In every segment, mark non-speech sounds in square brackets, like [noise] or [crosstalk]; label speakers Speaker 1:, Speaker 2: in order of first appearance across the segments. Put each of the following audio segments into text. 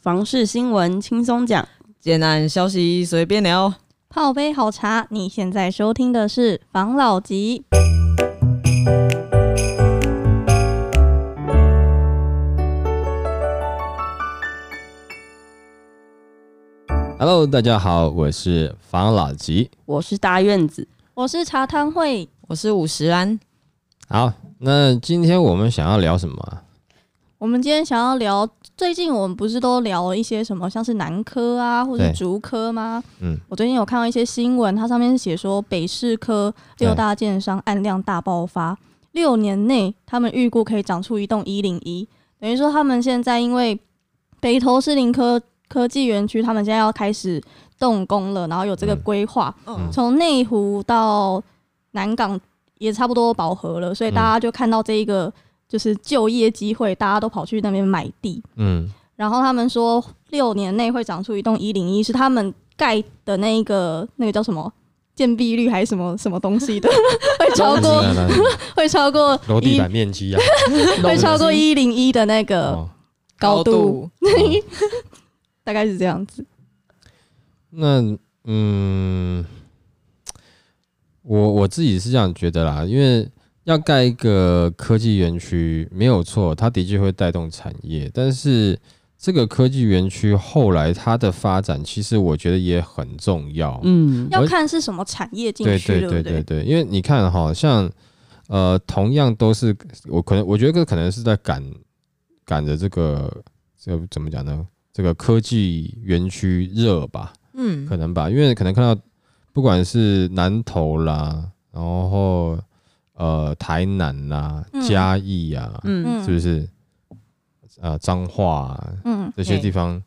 Speaker 1: 房事新闻轻松讲，
Speaker 2: 艰难消息随便聊。
Speaker 1: 泡杯好茶。你现在收听的是房老吉。
Speaker 3: Hello，大家好，我是房老吉。
Speaker 1: 我是大院子，我是茶汤会。
Speaker 2: 我是五十安，
Speaker 3: 好，那今天我们想要聊什么啊？
Speaker 1: 我们今天想要聊，最近我们不是都聊一些什么，像是南科啊，或者
Speaker 3: 对
Speaker 1: 竹科吗？
Speaker 3: 嗯，
Speaker 1: 我最近有看到一些新闻，它上面是写说北市科六
Speaker 3: 对
Speaker 1: 大建商案量大爆发，六年内他们预估可以长出一栋一零一，等于说他们现在因为北投士林科科技园区，他们现在要开始动工了，然后有这个
Speaker 3: 嗯
Speaker 1: 规划，
Speaker 2: 嗯，
Speaker 1: 从内湖到南港也差不多饱和了，所以大
Speaker 3: 嗯
Speaker 1: 家就看到这一个就是就业机会，大家都跑去那边买地。
Speaker 3: 嗯，
Speaker 1: 然后他们说六年内会长出一栋一零一，是他们盖的那一个那个叫什么建蔽率还是什么什么东
Speaker 3: [laughs]
Speaker 1: 西的，会超过
Speaker 3: 那那
Speaker 1: 会超过
Speaker 3: 楼地
Speaker 1: 一
Speaker 3: 板面积啊，
Speaker 1: 会超过一零一的那个
Speaker 3: 哦，
Speaker 1: 高度，，大概是这样子。
Speaker 3: 那嗯，我我自己是这样觉得啦，因为要盖一个科技园区没有错，它的确会带动产业，但是这个科技园区后来它的发展，其实我觉得也很重要。
Speaker 2: 嗯，
Speaker 1: 要看是什么产业进
Speaker 3: 对
Speaker 1: 去，
Speaker 3: 对
Speaker 1: 对不
Speaker 3: 对对？对，因为你看哈，像呃，同样都是我可能我觉得可能是在赶赶着这个这个怎么讲呢？这个科技园区热吧，
Speaker 2: 嗯
Speaker 3: 可能吧，因为可能看到不管是南投啦，然后呃台南啦、
Speaker 1: 嗯
Speaker 3: 嘉义啊，
Speaker 2: 嗯，
Speaker 1: 嗯
Speaker 3: 是不是？啊、彰化、啊、
Speaker 1: 嗯
Speaker 3: 这些
Speaker 2: 对
Speaker 3: 地方，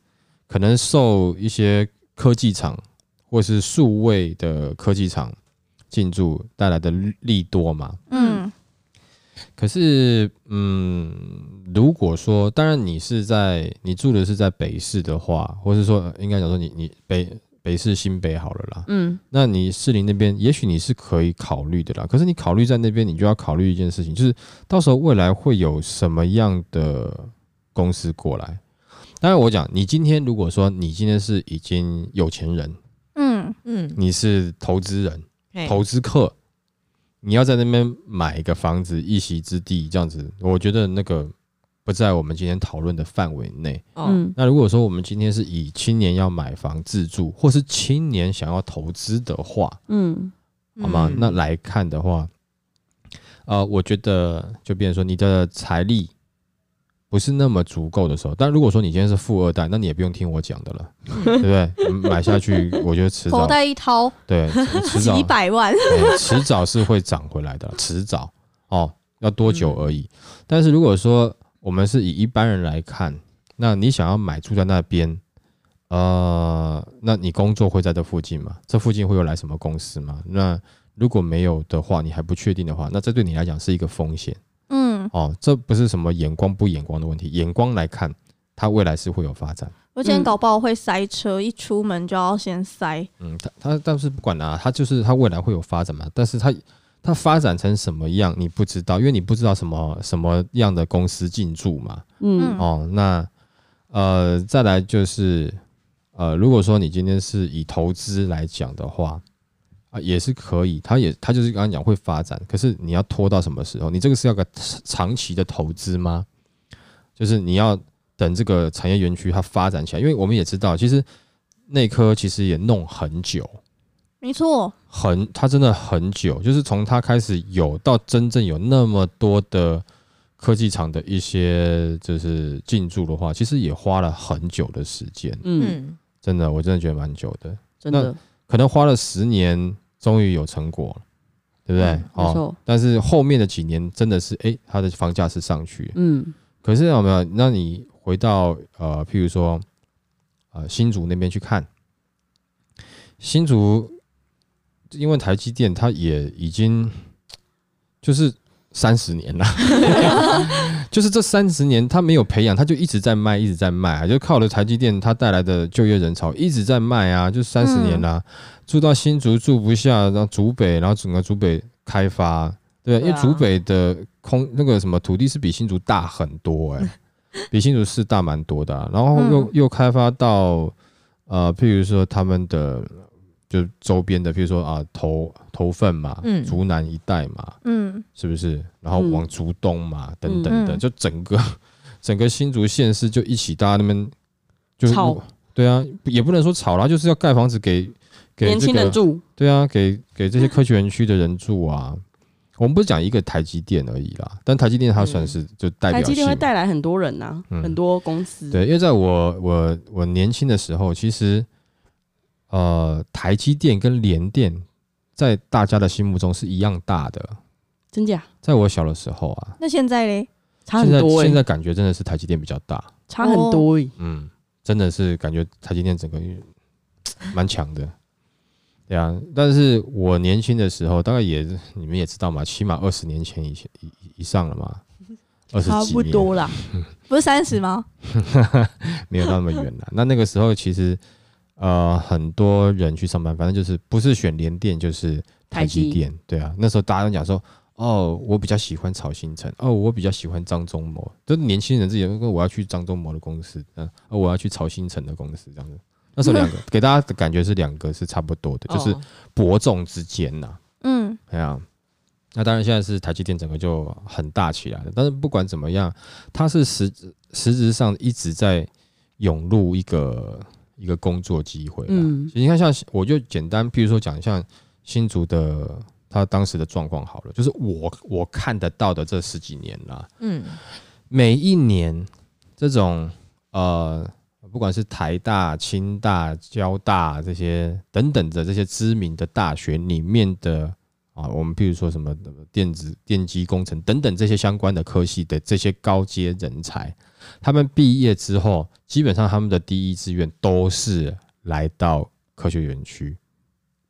Speaker 3: 可能受一些科技厂或是数位的科技厂进驻带来的利多嘛。
Speaker 1: 嗯
Speaker 3: 可是，嗯，如果说，当然你是在你住的是在北市的话，或是说呃应该讲说你你北北市新北好了啦，
Speaker 2: 嗯，
Speaker 3: 那你士林那边也许你是可以考虑的啦。可是你考虑在那边，你就要考虑一件事情，就是到时候未来会有什么样的公司过来。当然，我讲你今天如果说你今天是已经有钱人，
Speaker 1: 嗯
Speaker 2: 嗯，
Speaker 3: 你是投资人，
Speaker 2: 嘿
Speaker 3: 投资客，你要在那边买一个房子一席之地这样子，我觉得那个不在我们今天讨论的范围内。
Speaker 2: 哦，
Speaker 1: 嗯
Speaker 3: 那如果说我们今天是以青年要买房自住，或是青年想要投资的话，
Speaker 1: 嗯
Speaker 3: 好吗？
Speaker 2: 嗯
Speaker 3: 那来看的话，呃，我觉得就变成说你的财力不是那么足够的时候，但如果说你今天是富二代，那你也不用听我讲的
Speaker 1: [laughs]
Speaker 3: 了，对不对？嗯买下去，我觉得迟
Speaker 1: 口
Speaker 3: 早
Speaker 1: 袋一掏
Speaker 3: 对迟迟
Speaker 1: 几
Speaker 3: 早
Speaker 1: 百万，
Speaker 3: 哎迟早是会涨回来的，迟早哦，要多久而已。但是如果说我们是以一般人来看，那你想要买住在那边，呃，那你工作会在这附近吗？这附近会有来什么公司吗？那如果没有的话，你还不确定的话，那这对你来讲是一个风险
Speaker 1: 嗯，
Speaker 3: 哦。这不是什么眼光不眼光的问题，眼光来看，它未来是会有发展。
Speaker 1: 而且搞不好会塞车，一出门就要先塞。
Speaker 3: 嗯，他他但是不管啦、他就是他未来会有发展嘛，但是他他发展成什么样你不知道，因为你不知道什么什么样的公司进驻嘛。
Speaker 1: 嗯
Speaker 3: 哦，那呃，再来就是呃，如果说你今天是以投资来讲的话。啊，也是可以，他也他就是刚刚讲会发展，可是你要拖到什么时候？你这个是要个长期的投资吗？就是你要等这个产业园区它发展起来，因为我们也知道，其实内科其实也弄很久，
Speaker 1: 没错，
Speaker 3: 很，它真的很久，就是从它开始有到真正有那么多的科技厂的一些就是进驻的话，其实也花了很久的时间，
Speaker 1: 嗯，
Speaker 2: 嗯，
Speaker 3: 真的，我真的觉得蛮久的，
Speaker 2: 真的，
Speaker 3: 可能花了十年，终于有成果了，对不对？
Speaker 2: 嗯没
Speaker 3: 哦，
Speaker 2: 错，
Speaker 3: 但是后面的几年真的是，诶，它的房价是上去，
Speaker 2: 嗯
Speaker 3: 可是有没有？那你回到呃，譬如说呃新竹那边去看，新竹因为台积电它也已经就是三十年了， [laughs] 就是这三十年它没有培养，它就一直在卖，一直在卖啊，就靠着台积电它带来的就业人潮一直在卖啊，就三十年啦、住到新竹住不下，然后竹北，然后整个竹北开发，
Speaker 2: 对
Speaker 3: 对，
Speaker 2: 啊 [laughs]
Speaker 3: 因为竹北的空那个什么土地是比新竹大很多哎、比新竹市大蛮多的啊、然后又、
Speaker 1: 嗯
Speaker 3: 又开发到呃，譬如说他们的就周边的，譬如说啊头头份嘛，
Speaker 2: 嗯
Speaker 3: 竹南一带嘛，
Speaker 1: 嗯
Speaker 3: 是不是？然后
Speaker 2: 嗯
Speaker 3: 往竹东嘛，等等的，
Speaker 1: 嗯
Speaker 3: 就整个 [laughs] 整个新竹县市就一起大家那边就是
Speaker 2: 吵
Speaker 3: 对啊，也不能说吵啦，就是要盖房子给给、这个、
Speaker 2: 年轻人住，
Speaker 3: 对啊，给给这些科学园区的人住啊。我们不是讲一个台积电而已啦，但台积电它算是就
Speaker 2: 嗯
Speaker 3: 代
Speaker 2: 台
Speaker 3: 表
Speaker 2: 积电
Speaker 3: 性
Speaker 2: 会
Speaker 3: 嘛。
Speaker 2: 带来很多人呐、
Speaker 3: 嗯
Speaker 2: 很多公司。
Speaker 3: 对，因为在我我我年轻的时候，其实呃，台积电跟联电在大家的心目中是一样大的。
Speaker 2: 真假
Speaker 3: 在我小的时候啊，
Speaker 1: 那现在嘞？
Speaker 2: 差很
Speaker 3: 现在
Speaker 2: 多哎、
Speaker 3: 现在感觉真的是台积电比较大，
Speaker 2: 差很多哎、
Speaker 3: 嗯，真的是感觉台积电整个蛮强的， [laughs] 对啊。但是我年轻的时候，大概也你们也知道嘛，起码二十年前以前以以以上了嘛，二哦十
Speaker 2: [laughs] 差
Speaker 3: 几
Speaker 2: 不
Speaker 3: 年
Speaker 2: 多啦。
Speaker 1: 不是三十吗？
Speaker 3: 没有到那么远了。 [laughs] 那那个时候其实呃很多人去上班，反正就是不是选联电就是台积电，对啊。那时候大家都讲说。哦，我比较喜欢曹新成。哦，我比较喜欢张忠谋。都年轻人自己，我要去张忠谋的公司，嗯、哦，我要去曹新成的公司，这样子。那时候两 [laughs] 个给大家的感觉是两个是差不多的，就是
Speaker 2: 哦
Speaker 3: 伯仲之间呐、
Speaker 1: 嗯
Speaker 3: 哎呀，那当然现在是台积电整个就很大起来了，但是不管怎么样，它是实质实质上一直在涌入一个一个工作机会。嗯，
Speaker 2: 嗯
Speaker 3: 其实你看像我就简单，譬如说讲像新竹的他当时的状况好了，就是我我看得到的这十几年啦、
Speaker 2: 嗯，
Speaker 3: 每一年这种呃，不管是台大、清大、交大这些等等的这些知名的大学里面的啊，我们譬如说什么呃电子、电机工程等等这些相关的科系的这些高阶人才，他们毕业之后，基本上他们的第一志愿都是来到科学园区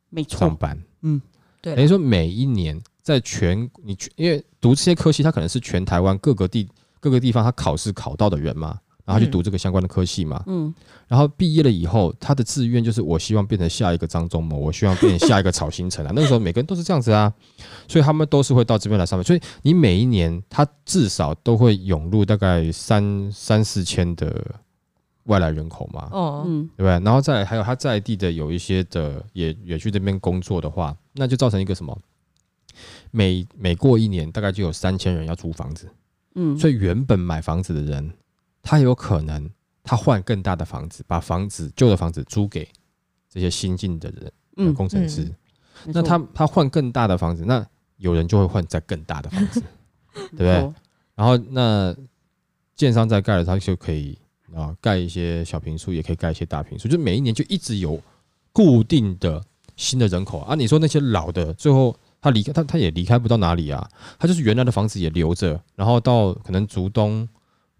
Speaker 2: 没
Speaker 3: 上
Speaker 2: 错，嗯
Speaker 3: 班。
Speaker 2: 对
Speaker 3: 等于说每一年在全你去，因为读这些科系，他可能是全台湾各个地各个地方他考试考到的人嘛，然后他去
Speaker 2: 嗯
Speaker 3: 读这个相关的科系嘛，
Speaker 2: 嗯，
Speaker 3: 然后毕业了以后，他的志愿就是我希望变成下一个张忠谋，我希望变成下一个曹新成啊。那个时候每个人都是这样子啊，所以他们都是会到这边来上班。所以你每一年，他至少都会涌入大概三三四千的外来人口嘛。
Speaker 2: 哦
Speaker 4: 哦，
Speaker 2: 嗯，
Speaker 3: 对不对？然后再来还有他在地的有一些的也也去这边工作的话，那就造成一个什么？每每过一年，大概就有三千人要租房子，
Speaker 2: 嗯，
Speaker 3: 所以原本买房子的人，他有可能他换更大的房子，把房子旧的房子租给这些新进的人、
Speaker 2: 嗯
Speaker 3: 工程师。
Speaker 2: 没错
Speaker 3: 那他他换更大的房子，那有人就会换再更大的房子，对不对？？然后那建商在盖了，他就可以啊盖一些小平数，也可以盖一些大平数，就每一年就一直有固定的新的人口啊。你说那些老的，最后他离开他他也离开不到哪里啊，他就是原来的房子也留着，然后到可能竹东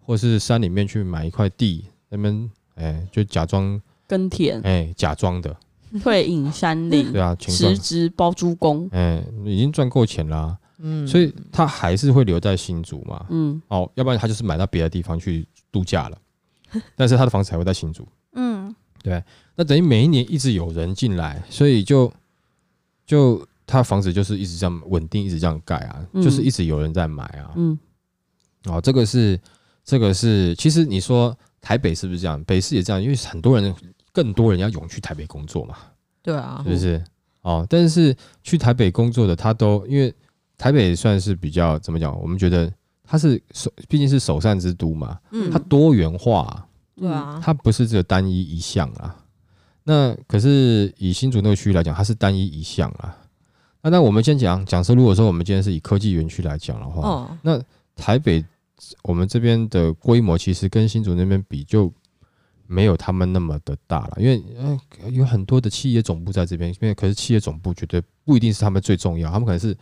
Speaker 3: 或是山里面去买一块地，那边哎就假装
Speaker 2: 耕
Speaker 3: [laughs]
Speaker 2: 田、
Speaker 3: 哎假装的，
Speaker 2: 退隐山林、
Speaker 3: 对啊，钱
Speaker 2: 辞
Speaker 3: 赚
Speaker 2: 职包租公，
Speaker 3: 哎已经赚够钱啦、
Speaker 2: 嗯，
Speaker 3: 所以他还是会留在新竹嘛。
Speaker 2: 嗯，
Speaker 3: 哦，要不然他就是买到别的地方去度假了， [laughs] 但是他的房子还会在新竹。
Speaker 1: 嗯，
Speaker 3: 那等于每一年一直有人进来，所以就就他房子就是一直这样稳定，一直这样盖啊，
Speaker 2: 嗯
Speaker 3: 就是一直有人在买啊。
Speaker 2: 嗯，
Speaker 3: 哦，这个是这个是，其实你说台北是不是这样？北市也这样，因为很多人更多人要涌去台北工作嘛，
Speaker 4: 对啊
Speaker 3: 是，不是？哦，但是去台北工作的他都因为台北算是比较怎么讲？我们觉得它是首，毕竟是首善之都嘛，
Speaker 4: 嗯
Speaker 3: 它多元化啊、
Speaker 4: 对啊，
Speaker 3: 它不是只有单一一项啊。那可是以新竹那个区域来讲，它是单一一项啊。那那我们先讲讲说，如果说我们今天是以科技园区来讲的话，
Speaker 4: 哦，
Speaker 3: 台北我们这边的规模其实跟新竹那边比就没有他们那么的大了，因为呃有很多的企业总部在这边，因为可是企业总部绝对不一定是他们最重要，他们可能是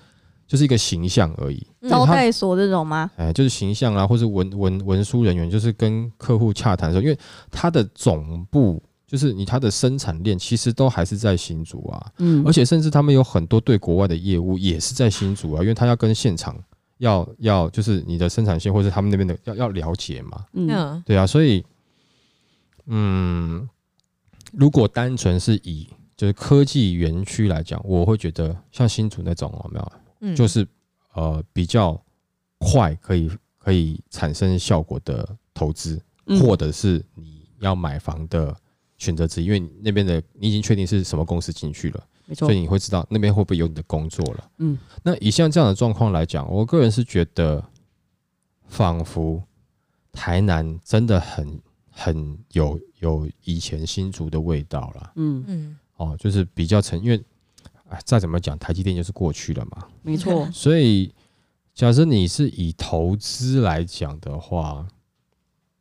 Speaker 3: 就是一个形象而已。
Speaker 4: 嗯
Speaker 1: 招待所这种吗？
Speaker 3: 哎，就是形象啦，或是文文文书人员，就是跟客户洽谈的时候，因为他的总部就是你他的生产链其实都还是在新竹啊，
Speaker 2: 嗯，
Speaker 3: 而且甚至他们有很多对国外的业务也是在新竹啊，因为他要跟现场要要就是你的生产线或是他们那边的要要了解嘛，
Speaker 2: 嗯，
Speaker 4: 嗯，
Speaker 3: 对啊，所以嗯，如果单纯是以就是科技园区来讲，我会觉得像新竹那种有没有？
Speaker 4: 嗯
Speaker 3: 就是呃比较快可以可以产生效果的投资，
Speaker 2: 嗯
Speaker 3: 或者是你要买房的选择之一，因为你那边的你已经确定是什么公司进去了，
Speaker 2: 没错
Speaker 3: 所，以你会知道那边会不会有你的工作了。
Speaker 2: 嗯，
Speaker 3: 那以像这样的状况来讲，我个人是觉得，仿佛台南真的很很有有以前新竹的味道啦。
Speaker 2: 嗯，
Speaker 4: 嗯，
Speaker 3: 哦，就是比较成，因为哎，再怎么讲，台积电就是过去了嘛。
Speaker 2: 没错，
Speaker 3: 所以，假设你是以投资来讲的话，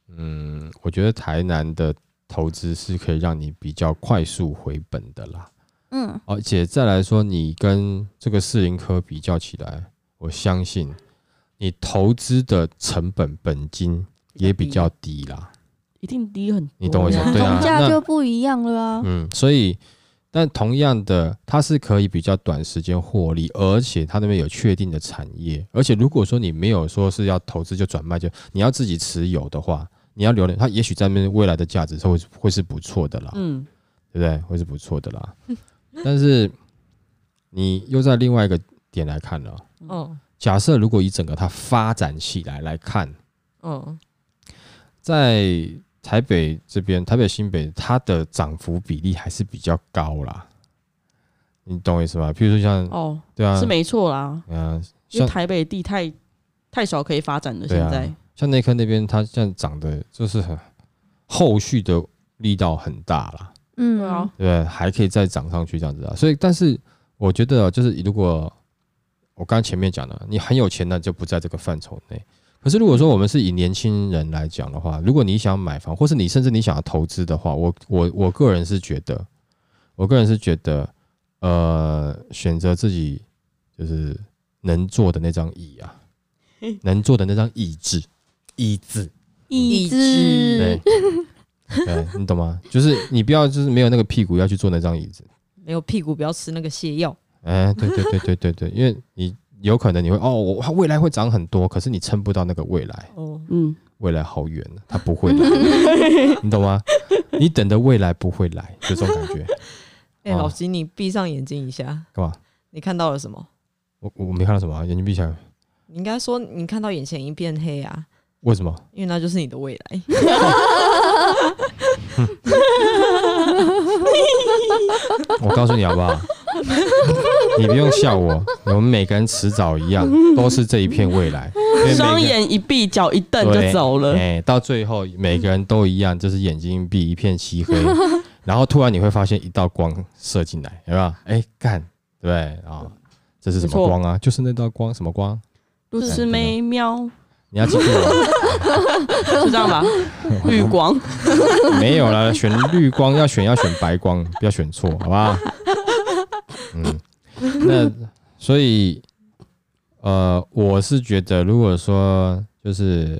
Speaker 3: 嗯，我觉得台南的投资是可以让你比较快速回本的啦。
Speaker 1: 嗯，
Speaker 3: 而且哦再来说，你跟这个四零科比较起来，我相信你投资的成本本金也比较低啦。
Speaker 2: 一定低很多，
Speaker 3: 你懂我意思
Speaker 4: 对啊
Speaker 3: 对啊
Speaker 1: 房，价
Speaker 3: 那
Speaker 1: 就不一样了啊。
Speaker 3: 嗯，所以但同样的，它是可以比较短时间获利，而且它那边有确定的产业，而且如果说你没有说是要投资就转卖，就你要自己持有的话，你要留恋它，也许在那边未来的价值是会会是不错的啦，
Speaker 2: 嗯，
Speaker 3: 对不对？会是不错的啦。但是你又在另外一个点来看了、
Speaker 4: 哦，
Speaker 3: 假设如果以整个它发展起来来看，
Speaker 4: 嗯，
Speaker 3: 在台北这边，台北新北它的涨幅比例还是比较高啦。你懂我意思吧？譬如说像、
Speaker 2: 哦，
Speaker 3: 对啊
Speaker 2: 是，没错啦，
Speaker 3: 嗯、
Speaker 2: 因为
Speaker 3: 像
Speaker 2: 台北地太太少可以发展了，现
Speaker 3: 对啊
Speaker 2: 在，
Speaker 3: 像内科那边，它这样涨的，就是很后续的力道很大啦，
Speaker 1: 嗯
Speaker 2: 对啊，
Speaker 3: 对不对？还可以再涨上去这样子啊。所以，但是我觉得就是如果我刚刚前面讲的，你很有钱，那就不在这个范畴内。可是如果说我们是以年轻人来讲的话，如果你想买房，或是你甚至你想要投资的话，我我我个人是觉得，我个人是觉得，呃，选择自己就是能坐的那张椅啊，能坐的那张椅子，椅子，
Speaker 1: 椅
Speaker 4: 椅
Speaker 1: 子
Speaker 3: 对，对，你懂吗？就是你不要就是没有那个屁股要去坐那张椅子，
Speaker 4: 没有屁股不要吃那个泻药，
Speaker 3: 哎，对对对对对对，因为你有可能你会哦，我它未来会涨很多，可是你撑不到那个未来，
Speaker 4: 哦，
Speaker 2: 嗯，
Speaker 3: 未来好远呢，它不会
Speaker 1: [laughs]
Speaker 3: 来，你懂吗？你等的未来不会来，就这种感觉，
Speaker 4: 哎，
Speaker 3: 哦
Speaker 4: 老吉，你闭上眼睛一下，
Speaker 3: 干嘛？
Speaker 4: 你看到了什么？
Speaker 3: 我我没看到什么啊，眼睛闭起来，
Speaker 4: 你应该说你看到眼前一片黑啊，
Speaker 3: 为什么？
Speaker 4: 因为那就是你的未来。
Speaker 3: 我告诉你好不好？你不用笑我，我们每个人迟早一样，都是这一片未来。因为每个
Speaker 2: 双眼一闭，脚一蹬就
Speaker 3: 对
Speaker 2: 走了，
Speaker 3: 哎、到最后每个人都一样，就是眼睛闭一片漆黑，然后突然你会发现一道光射进来，有没有？哎、干，对不对啊、这是什
Speaker 2: 没
Speaker 3: 么
Speaker 2: 错
Speaker 3: 光啊？就是那道光，什么光？
Speaker 2: 如此美妙，
Speaker 3: 你要记住哦， [laughs]
Speaker 2: 是这样吧？绿光，
Speaker 3: 没有啦，选绿光要选要选白光，不要选错，好不好？嗯，那所以呃，我是觉得，如果说就是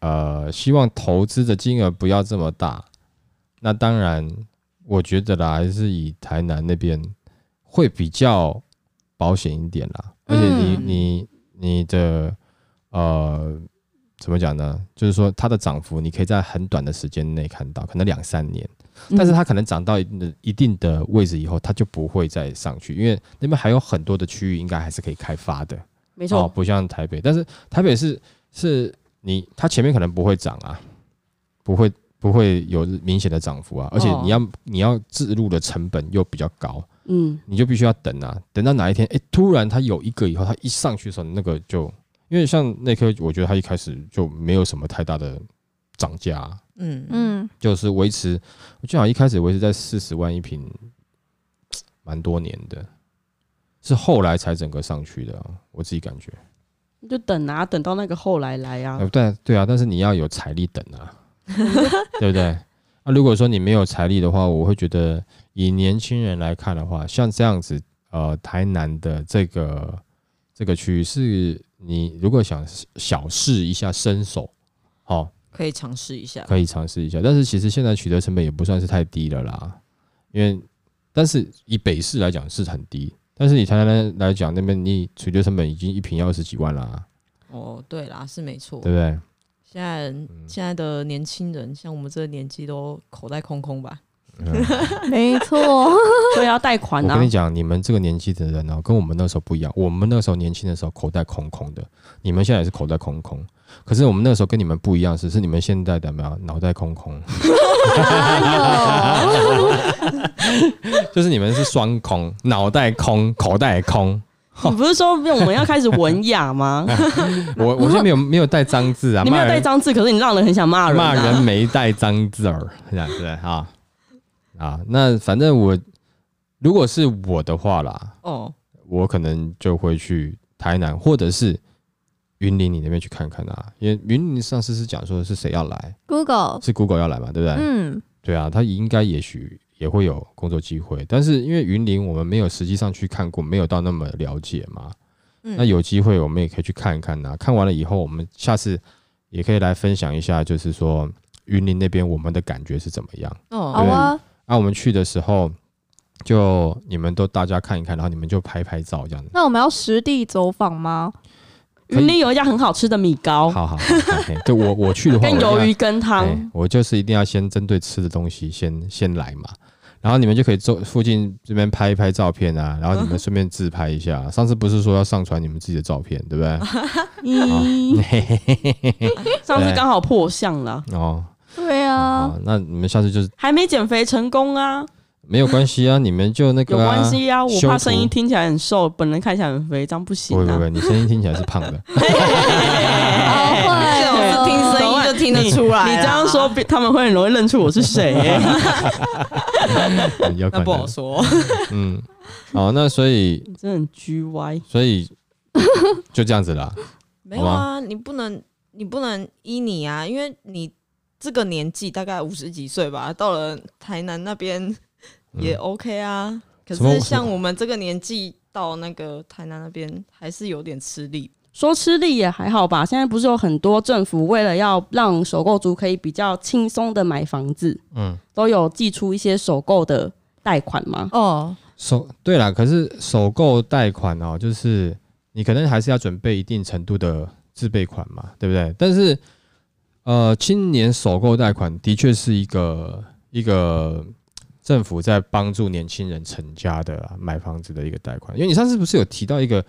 Speaker 3: 呃，希望投资的金额不要这么大，那当然，我觉得啦，还是以台南那边会比较保险一点啦，而且你、
Speaker 1: 嗯
Speaker 3: 你你的呃。怎么讲呢？就是说，它的涨幅你可以在很短的时间内看到，可能两三年。但是它可能涨到一定的一定的位置以后，它就不会再上去，因为那边还有很多的区域应该还是可以开发的，
Speaker 2: 没
Speaker 3: 哦，
Speaker 2: 错，
Speaker 3: 不像台北，但是台北是是你它前面可能不会涨啊，不会不会有明显的涨幅啊，而且
Speaker 2: 哦
Speaker 3: 你要、你要置入的成本又比较高，
Speaker 2: 嗯，
Speaker 3: 你就必须要等啊，等到哪一天，哎、突然它有一个以后，它一上去的时候，那个就因为像内科，我觉得它一开始就没有什么太大的涨价啊、
Speaker 4: 嗯嗯，
Speaker 1: 嗯，
Speaker 3: 就是维持，我记得好像一开始维持在四十万一平，蛮多年的，是后来才整个上去的啊、我自己感觉。
Speaker 2: 就等啊，等到那个后来来啊
Speaker 3: 呃，，对对啊，但是你要有财力等啊，对不对？那、如果说你没有财力的话，我会觉得以年轻人来看的话，像这样子，呃，台南的这个这个区域是你如果想小试一下身手，好、
Speaker 4: 可以尝试一下。
Speaker 3: 可以尝试一下。但是其实现在取得成本也不算是太低了啦，因为但是以北市来讲是很低，但是以台南来讲，那边你取得成本已经一瓶要二十几万啦、
Speaker 4: 哦，对啦，是没错。
Speaker 3: 对不对？嗯
Speaker 4: 现在人现在的年轻人，像我们这个年纪都口袋空空吧？
Speaker 3: 嗯
Speaker 1: 没错，
Speaker 2: 所以要贷款
Speaker 3: 我
Speaker 2: 啊
Speaker 3: 跟你。讲，你们这个年纪的人哦，跟我们那时候不一样。我们那时候年轻的时候口袋空空的，你们现在也是口袋空空。可是我们那时候跟你们不一样，只是你们现在的有没有脑袋空空， [laughs]
Speaker 1: 哎呦，
Speaker 3: 就是你们是双空， [laughs] 脑袋空，口袋空。
Speaker 2: [laughs] 你不是说我们要开始文雅
Speaker 3: [laughs]
Speaker 2: 吗？
Speaker 3: 我我是没有没有带脏字啊，
Speaker 2: 你没有
Speaker 3: 骂
Speaker 2: 带
Speaker 3: 人
Speaker 2: 脏字，可是你让人很想骂人、啊。
Speaker 3: 骂人没带脏字儿，这样子啊啊。那反正我如果是我的话啦，
Speaker 2: 哦，
Speaker 3: 我可能就会去台南或者是云林你那边去看看啊，因为云林上次是讲说是谁要来，
Speaker 1: Google，
Speaker 3: 是 Google 要来嘛，对不对？
Speaker 1: 嗯，
Speaker 3: 对啊，他应该也许也会有工作机会，但是因为云林我们没有实际上去看过，没有到那么了解嘛，
Speaker 4: 嗯
Speaker 3: 那有机会我们也可以去看一看呐、啊看完了以后，我们下次也可以来分享一下，就是说云林那边我们的感觉是怎么样。
Speaker 1: 好
Speaker 4: 哦，
Speaker 1: 啊，
Speaker 3: 啊，我们去的时候就你们都大家看一看，然后你们就拍拍照这样子。
Speaker 1: 那我们要实地走访吗？
Speaker 2: 云林有一家很好吃的米糕，
Speaker 3: 好好好，好 [laughs] 嘿对我我去的话，
Speaker 2: 跟
Speaker 3: 我一定要
Speaker 2: 鱿鱼羹汤。
Speaker 3: 哎我就是一定要先针对吃的东西先先来嘛，然后你们就可以坐附近这边拍一拍照片啊，然后你们顺便自拍一
Speaker 2: [laughs]
Speaker 3: 下。上次不是说要上传你们自己的照片，对不对？
Speaker 1: 咦，
Speaker 2: 上次刚好破相了，
Speaker 3: 哦，
Speaker 1: 对啊，
Speaker 3: 好，那你们下次就是
Speaker 2: 还没减肥成功啊，没
Speaker 3: 没有关系啊，你们就那
Speaker 2: 有
Speaker 3: 个、啊、
Speaker 2: 关系啊。我
Speaker 3: 修
Speaker 2: 怕
Speaker 3: 图
Speaker 2: 声音听起来很瘦，本人看起来很肥，这样不行
Speaker 3: 不会不
Speaker 2: 啊。
Speaker 3: 会，你声音听起来是胖的，
Speaker 1: 好
Speaker 4: 哎
Speaker 1: 坏
Speaker 4: 这种
Speaker 1: 哦，
Speaker 2: [laughs]
Speaker 4: 是听声音就听得出来啦。啊
Speaker 2: 你这样说，别他们会很容易认出我是谁、欸。[laughs]
Speaker 3: 有可
Speaker 4: 那不好
Speaker 3: 能。
Speaker 4: 说。
Speaker 3: 嗯，好，那所以
Speaker 2: 你真的很 G Y，
Speaker 3: 所以就这样子啦。
Speaker 4: 没有啊，你不能，你不能依你啊，因为你这个年纪大概五十几岁吧，到了台南那边
Speaker 3: 嗯
Speaker 4: 也 OK 啊。可
Speaker 3: 什么
Speaker 4: 是像我们这个年纪到那个台南那边，还是有点吃力。
Speaker 2: 说吃力也还好吧。现在不是有很多政府为了要让首购族可以比较轻松的买房子，
Speaker 3: 嗯，
Speaker 2: 都有寄出一些首购的贷款吗？
Speaker 4: 哦，
Speaker 3: 首对啦，可是首购贷款哦，就是你可能还是要准备一定程度的自备款嘛，对不对？但是呃，青年首购贷款的确是一个一个政府在帮助年轻人成家的啊、买房子的一个贷款，因为你上次不是有提到一个，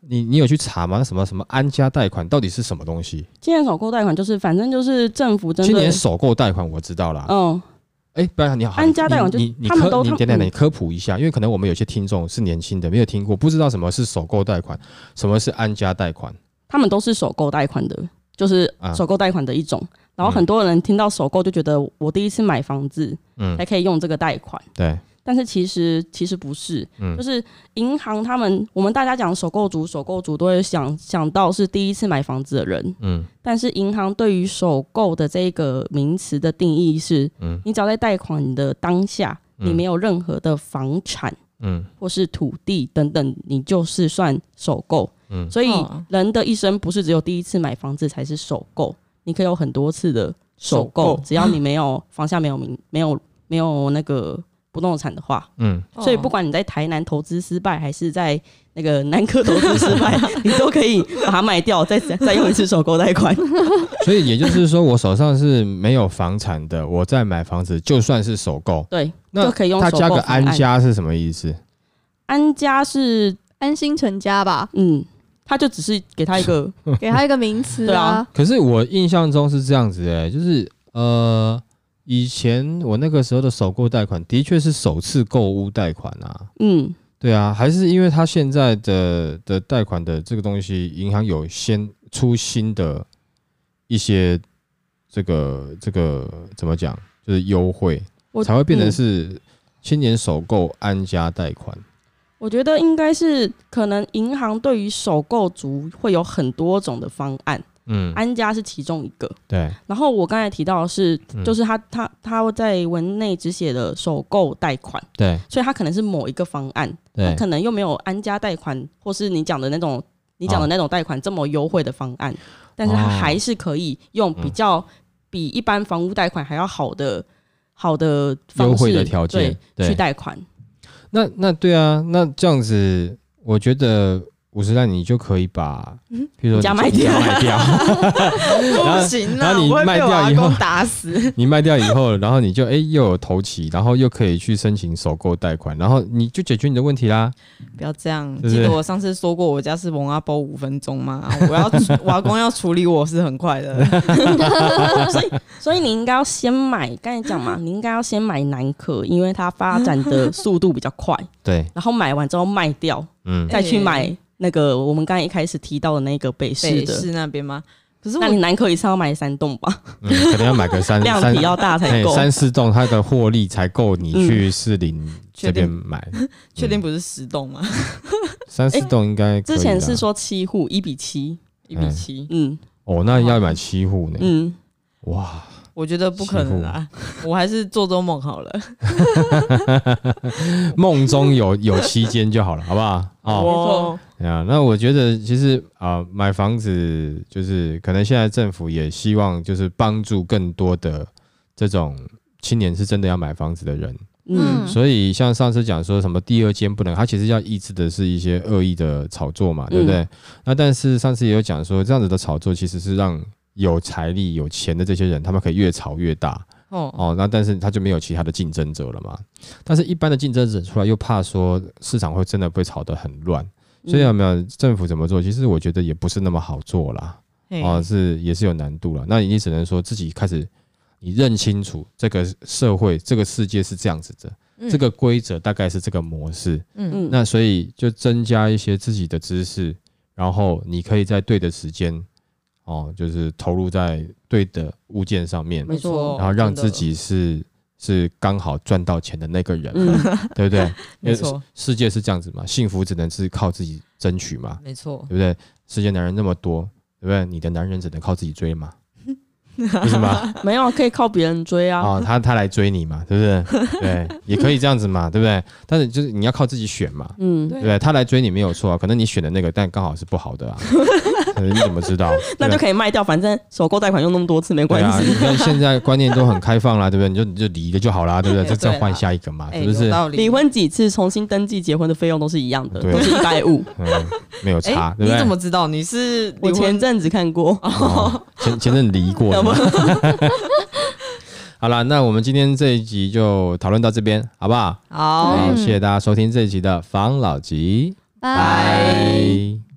Speaker 3: 你你有去查吗？什么什么安家贷款到底是什么东西？
Speaker 2: 今年首购贷款就是，反正就是政府针
Speaker 3: 青
Speaker 2: 对
Speaker 3: 年，首购贷款我知道啦，
Speaker 2: 嗯，
Speaker 3: 哎、不然你好，
Speaker 2: 安家贷款就
Speaker 3: 你你
Speaker 2: 他们
Speaker 3: 科
Speaker 2: 都
Speaker 3: 你
Speaker 2: 他们
Speaker 3: 等
Speaker 2: 嗯
Speaker 3: 等，你科普一下，因为可能我们有些听众是年轻的，没有听过，不知道什么是首购贷款，什么是安家贷款。
Speaker 2: 他们都是首购贷款的，就是
Speaker 3: 啊
Speaker 2: 首购贷款的一种。然后很多人听到首购就觉得，我第一次买房子
Speaker 3: 嗯
Speaker 2: 才，可以用这个贷款，
Speaker 3: 对，
Speaker 2: 但是其实其实不是，
Speaker 3: 嗯
Speaker 2: 就是银行他们我们大家讲首购族，首购族都会想想到是第一次买房子的人，
Speaker 3: 嗯
Speaker 2: 但是银行对于首购的这个名词的定义是，
Speaker 3: 嗯
Speaker 2: 你只要在贷款的当下，
Speaker 3: 嗯
Speaker 2: 你没有任何的房产。
Speaker 3: 嗯
Speaker 2: 或是土地等等，你就是算首购。
Speaker 3: 嗯
Speaker 2: 所以
Speaker 4: 哦
Speaker 2: 人的一生不是只有第一次买房子才是首购，你可以有很多次的首
Speaker 4: 首
Speaker 3: [laughs]
Speaker 2: 购
Speaker 4: 购，
Speaker 2: 只要你没有房下没有名没有没有那个不动产的话。
Speaker 3: 嗯，
Speaker 4: 哦
Speaker 2: 所以不管你在台南投资失败，还是在那个南科投资失
Speaker 3: [laughs]
Speaker 2: 败，你都可以把它卖掉，再再用一次首购贷
Speaker 3: [laughs]
Speaker 2: 款。
Speaker 3: 所以也就是说，我手上是没有房产的，我在买房子就算是首购，
Speaker 2: 对，
Speaker 3: 那
Speaker 2: 就可以用
Speaker 3: 它
Speaker 2: 首
Speaker 3: 加
Speaker 2: 购
Speaker 3: 个
Speaker 2: 方案
Speaker 3: 安家是什么意思？
Speaker 2: 安家是
Speaker 1: 安心成家
Speaker 2: [laughs]
Speaker 1: 吧，
Speaker 2: 嗯，他就只是给他一个
Speaker 1: 给他一个名词
Speaker 2: 对
Speaker 1: 啊
Speaker 2: 啊，
Speaker 3: 可是我印象中是这样子诶、就是呃，以前我那个时候的首购贷款的确是首次购屋贷款啊。 [laughs]
Speaker 2: 嗯
Speaker 3: 对啊，还是因为他现在的的贷款的这个东西，银行有先出新的一些这个这个怎么讲，就是优惠
Speaker 2: 我，
Speaker 3: 才会变成
Speaker 2: 嗯
Speaker 3: 是青年首购安家贷款。
Speaker 2: 我觉得应该是可能银行对于首购族会有很多种的方案，
Speaker 3: 嗯，
Speaker 2: 安家是其中一个。
Speaker 3: 对，
Speaker 2: 然后我刚才提到的是
Speaker 3: 嗯，
Speaker 2: 就是他他他会在文内只写的首购贷款，
Speaker 3: 对
Speaker 2: 所以他可能是某一个方案，他
Speaker 3: 对，
Speaker 2: 可能又没有安家贷款，或是你讲的那种你讲的那种贷款这么优惠的方案，但是他
Speaker 3: 哦嗯
Speaker 2: 还是可以用比较比一般房屋贷款还要好的好的方
Speaker 3: 优惠
Speaker 2: 式
Speaker 3: 的条件
Speaker 2: 对去
Speaker 3: 对。
Speaker 2: 贷款。
Speaker 3: 那那对啊，那这样子，我觉得五十万你就可以把，譬
Speaker 2: 嗯你
Speaker 3: 如说
Speaker 2: 家
Speaker 3: 你
Speaker 2: 卖掉
Speaker 3: 家
Speaker 2: [laughs]
Speaker 3: 卖掉，后
Speaker 4: 不行
Speaker 3: 然
Speaker 4: 啦，
Speaker 3: 后你
Speaker 4: 我会
Speaker 3: 卖
Speaker 4: 被我
Speaker 3: 掉
Speaker 4: 阿
Speaker 3: 以后
Speaker 4: 公打死。
Speaker 3: 你卖掉以后，然后你就哎、又有头期，然后又可以去申请首购贷款，然后你就解决你的问题啦。
Speaker 4: 不要这样，
Speaker 3: 对不对
Speaker 4: 记得我上次说过我家是蒙阿波五分钟吗？ [laughs] 我要我阿公要处理我是很快
Speaker 3: [laughs]
Speaker 4: 的，
Speaker 2: 所以所以你应该要先买，刚才讲
Speaker 3: [laughs]
Speaker 2: 嘛，你应该要先买南科，因为它发展的速度比较快，
Speaker 3: 对，
Speaker 2: 然后买完之后卖
Speaker 3: [laughs]
Speaker 2: 掉，
Speaker 3: 嗯，
Speaker 2: 再去
Speaker 4: 哎
Speaker 2: 买那个我们刚才一开始提到的那个北市
Speaker 4: 北
Speaker 2: 的。
Speaker 4: 市那边吗？可是我
Speaker 2: 那你南科一次要买三栋吧，
Speaker 3: 嗯可能要买个三
Speaker 2: [laughs] 量
Speaker 3: 三
Speaker 2: 体要大才
Speaker 3: 哎
Speaker 2: 够。
Speaker 3: 三四栋，它的获利才够你去士林这边买。嗯
Speaker 4: 确定不是十栋吗？
Speaker 3: 三四栋应该可以
Speaker 2: 哎之
Speaker 3: 啦
Speaker 2: 前是说七户一比七，
Speaker 4: 一比七，
Speaker 2: 嗯
Speaker 3: 哦，那要买七户呢，
Speaker 2: 嗯，
Speaker 3: 哇，
Speaker 4: 我觉得不可能啦， [laughs] 我还是做做梦好了。
Speaker 3: 梦中有有期间就好了，好不好？哦，
Speaker 4: 我
Speaker 3: 对啊，那我觉得其实啊、呃买房子就是啊可能现在政府也希望就是帮助更多的这种青年是真的要买房子的人，
Speaker 2: 嗯，
Speaker 1: 嗯
Speaker 3: 所以像上次讲说什么第二间不能，它其实要抑制的是一些恶意的炒作嘛，对不对？那但是上次也有讲说，这样子的炒作其实是让有财力、有钱的这些人，他们可以越炒越大，
Speaker 4: 哦，
Speaker 3: 哦，那但是他就没有其他的竞争者了嘛。但是一般的竞争者出来又怕说市场会真的被炒得很乱，
Speaker 4: 嗯
Speaker 3: 所以啊有没有政府怎么做？其实我觉得也不是那么好做啦，
Speaker 4: 嘿
Speaker 3: 啊、是也是有难度了。那你只能说自己开始。你认清楚这个社会、这个世界是这样子的，
Speaker 4: 嗯
Speaker 3: 这个规则大概是这个模式。
Speaker 4: 嗯
Speaker 2: 嗯，
Speaker 3: 那所以就增加一些自己的知识，然后你可以在对的时间，哦，就是投入在对的物件上面，
Speaker 2: 没错
Speaker 3: 然后让
Speaker 4: 真的
Speaker 3: 自己是是刚好赚到钱的那个人，
Speaker 2: 嗯
Speaker 3: 对不对？因为
Speaker 4: [laughs] 没错
Speaker 3: 世界是这样子嘛，幸福只能是靠自己争取嘛，
Speaker 4: 没错
Speaker 3: 对，不对？世界男人那么多，对不对？你的男人只能靠自己追嘛， [laughs] 不是吗？
Speaker 2: 没有啊可以靠别人追 [laughs] 啊。
Speaker 3: 哦，他他来追你嘛，对不对？对，也可以这样子嘛，对不对？但是就是你要靠自己选嘛，
Speaker 2: 嗯，
Speaker 3: 对不对？他来追你没有错啊，可能你选的那个，但刚好是不好的啊，可是你怎么知道？
Speaker 2: 那就
Speaker 3: 对不对
Speaker 2: 可以卖掉，反正首购贷款用那么多次没关系。 [laughs]
Speaker 3: 对啊，你看现在观念都很开放啦，对不对？你就你就离一个就好啦，对不对？
Speaker 4: 哎
Speaker 3: 就再
Speaker 4: 对啦
Speaker 3: 换下一个嘛，
Speaker 4: 哎
Speaker 3: 啊是不
Speaker 4: 有
Speaker 3: 是？
Speaker 4: 道理，
Speaker 2: 离婚几次，重新登记结婚的费用都是一样的，
Speaker 3: 对啊
Speaker 2: 都是一百
Speaker 3: [laughs]
Speaker 2: 五。
Speaker 3: 嗯，没有
Speaker 4: 哎
Speaker 3: 差，对不
Speaker 4: 你
Speaker 3: 对？
Speaker 4: 怎么知道你是
Speaker 2: 我
Speaker 4: 离
Speaker 2: 前
Speaker 4: 婚？
Speaker 2: 阵子看过，
Speaker 3: 哦前前阵离过的嘛。 [laughs] 好啦，那我们今天这一集就讨论到这边，好不好？
Speaker 4: 好
Speaker 3: 好，
Speaker 1: 嗯
Speaker 3: 谢谢大家收听这一集的防老集，
Speaker 1: 拜。
Speaker 3: 拜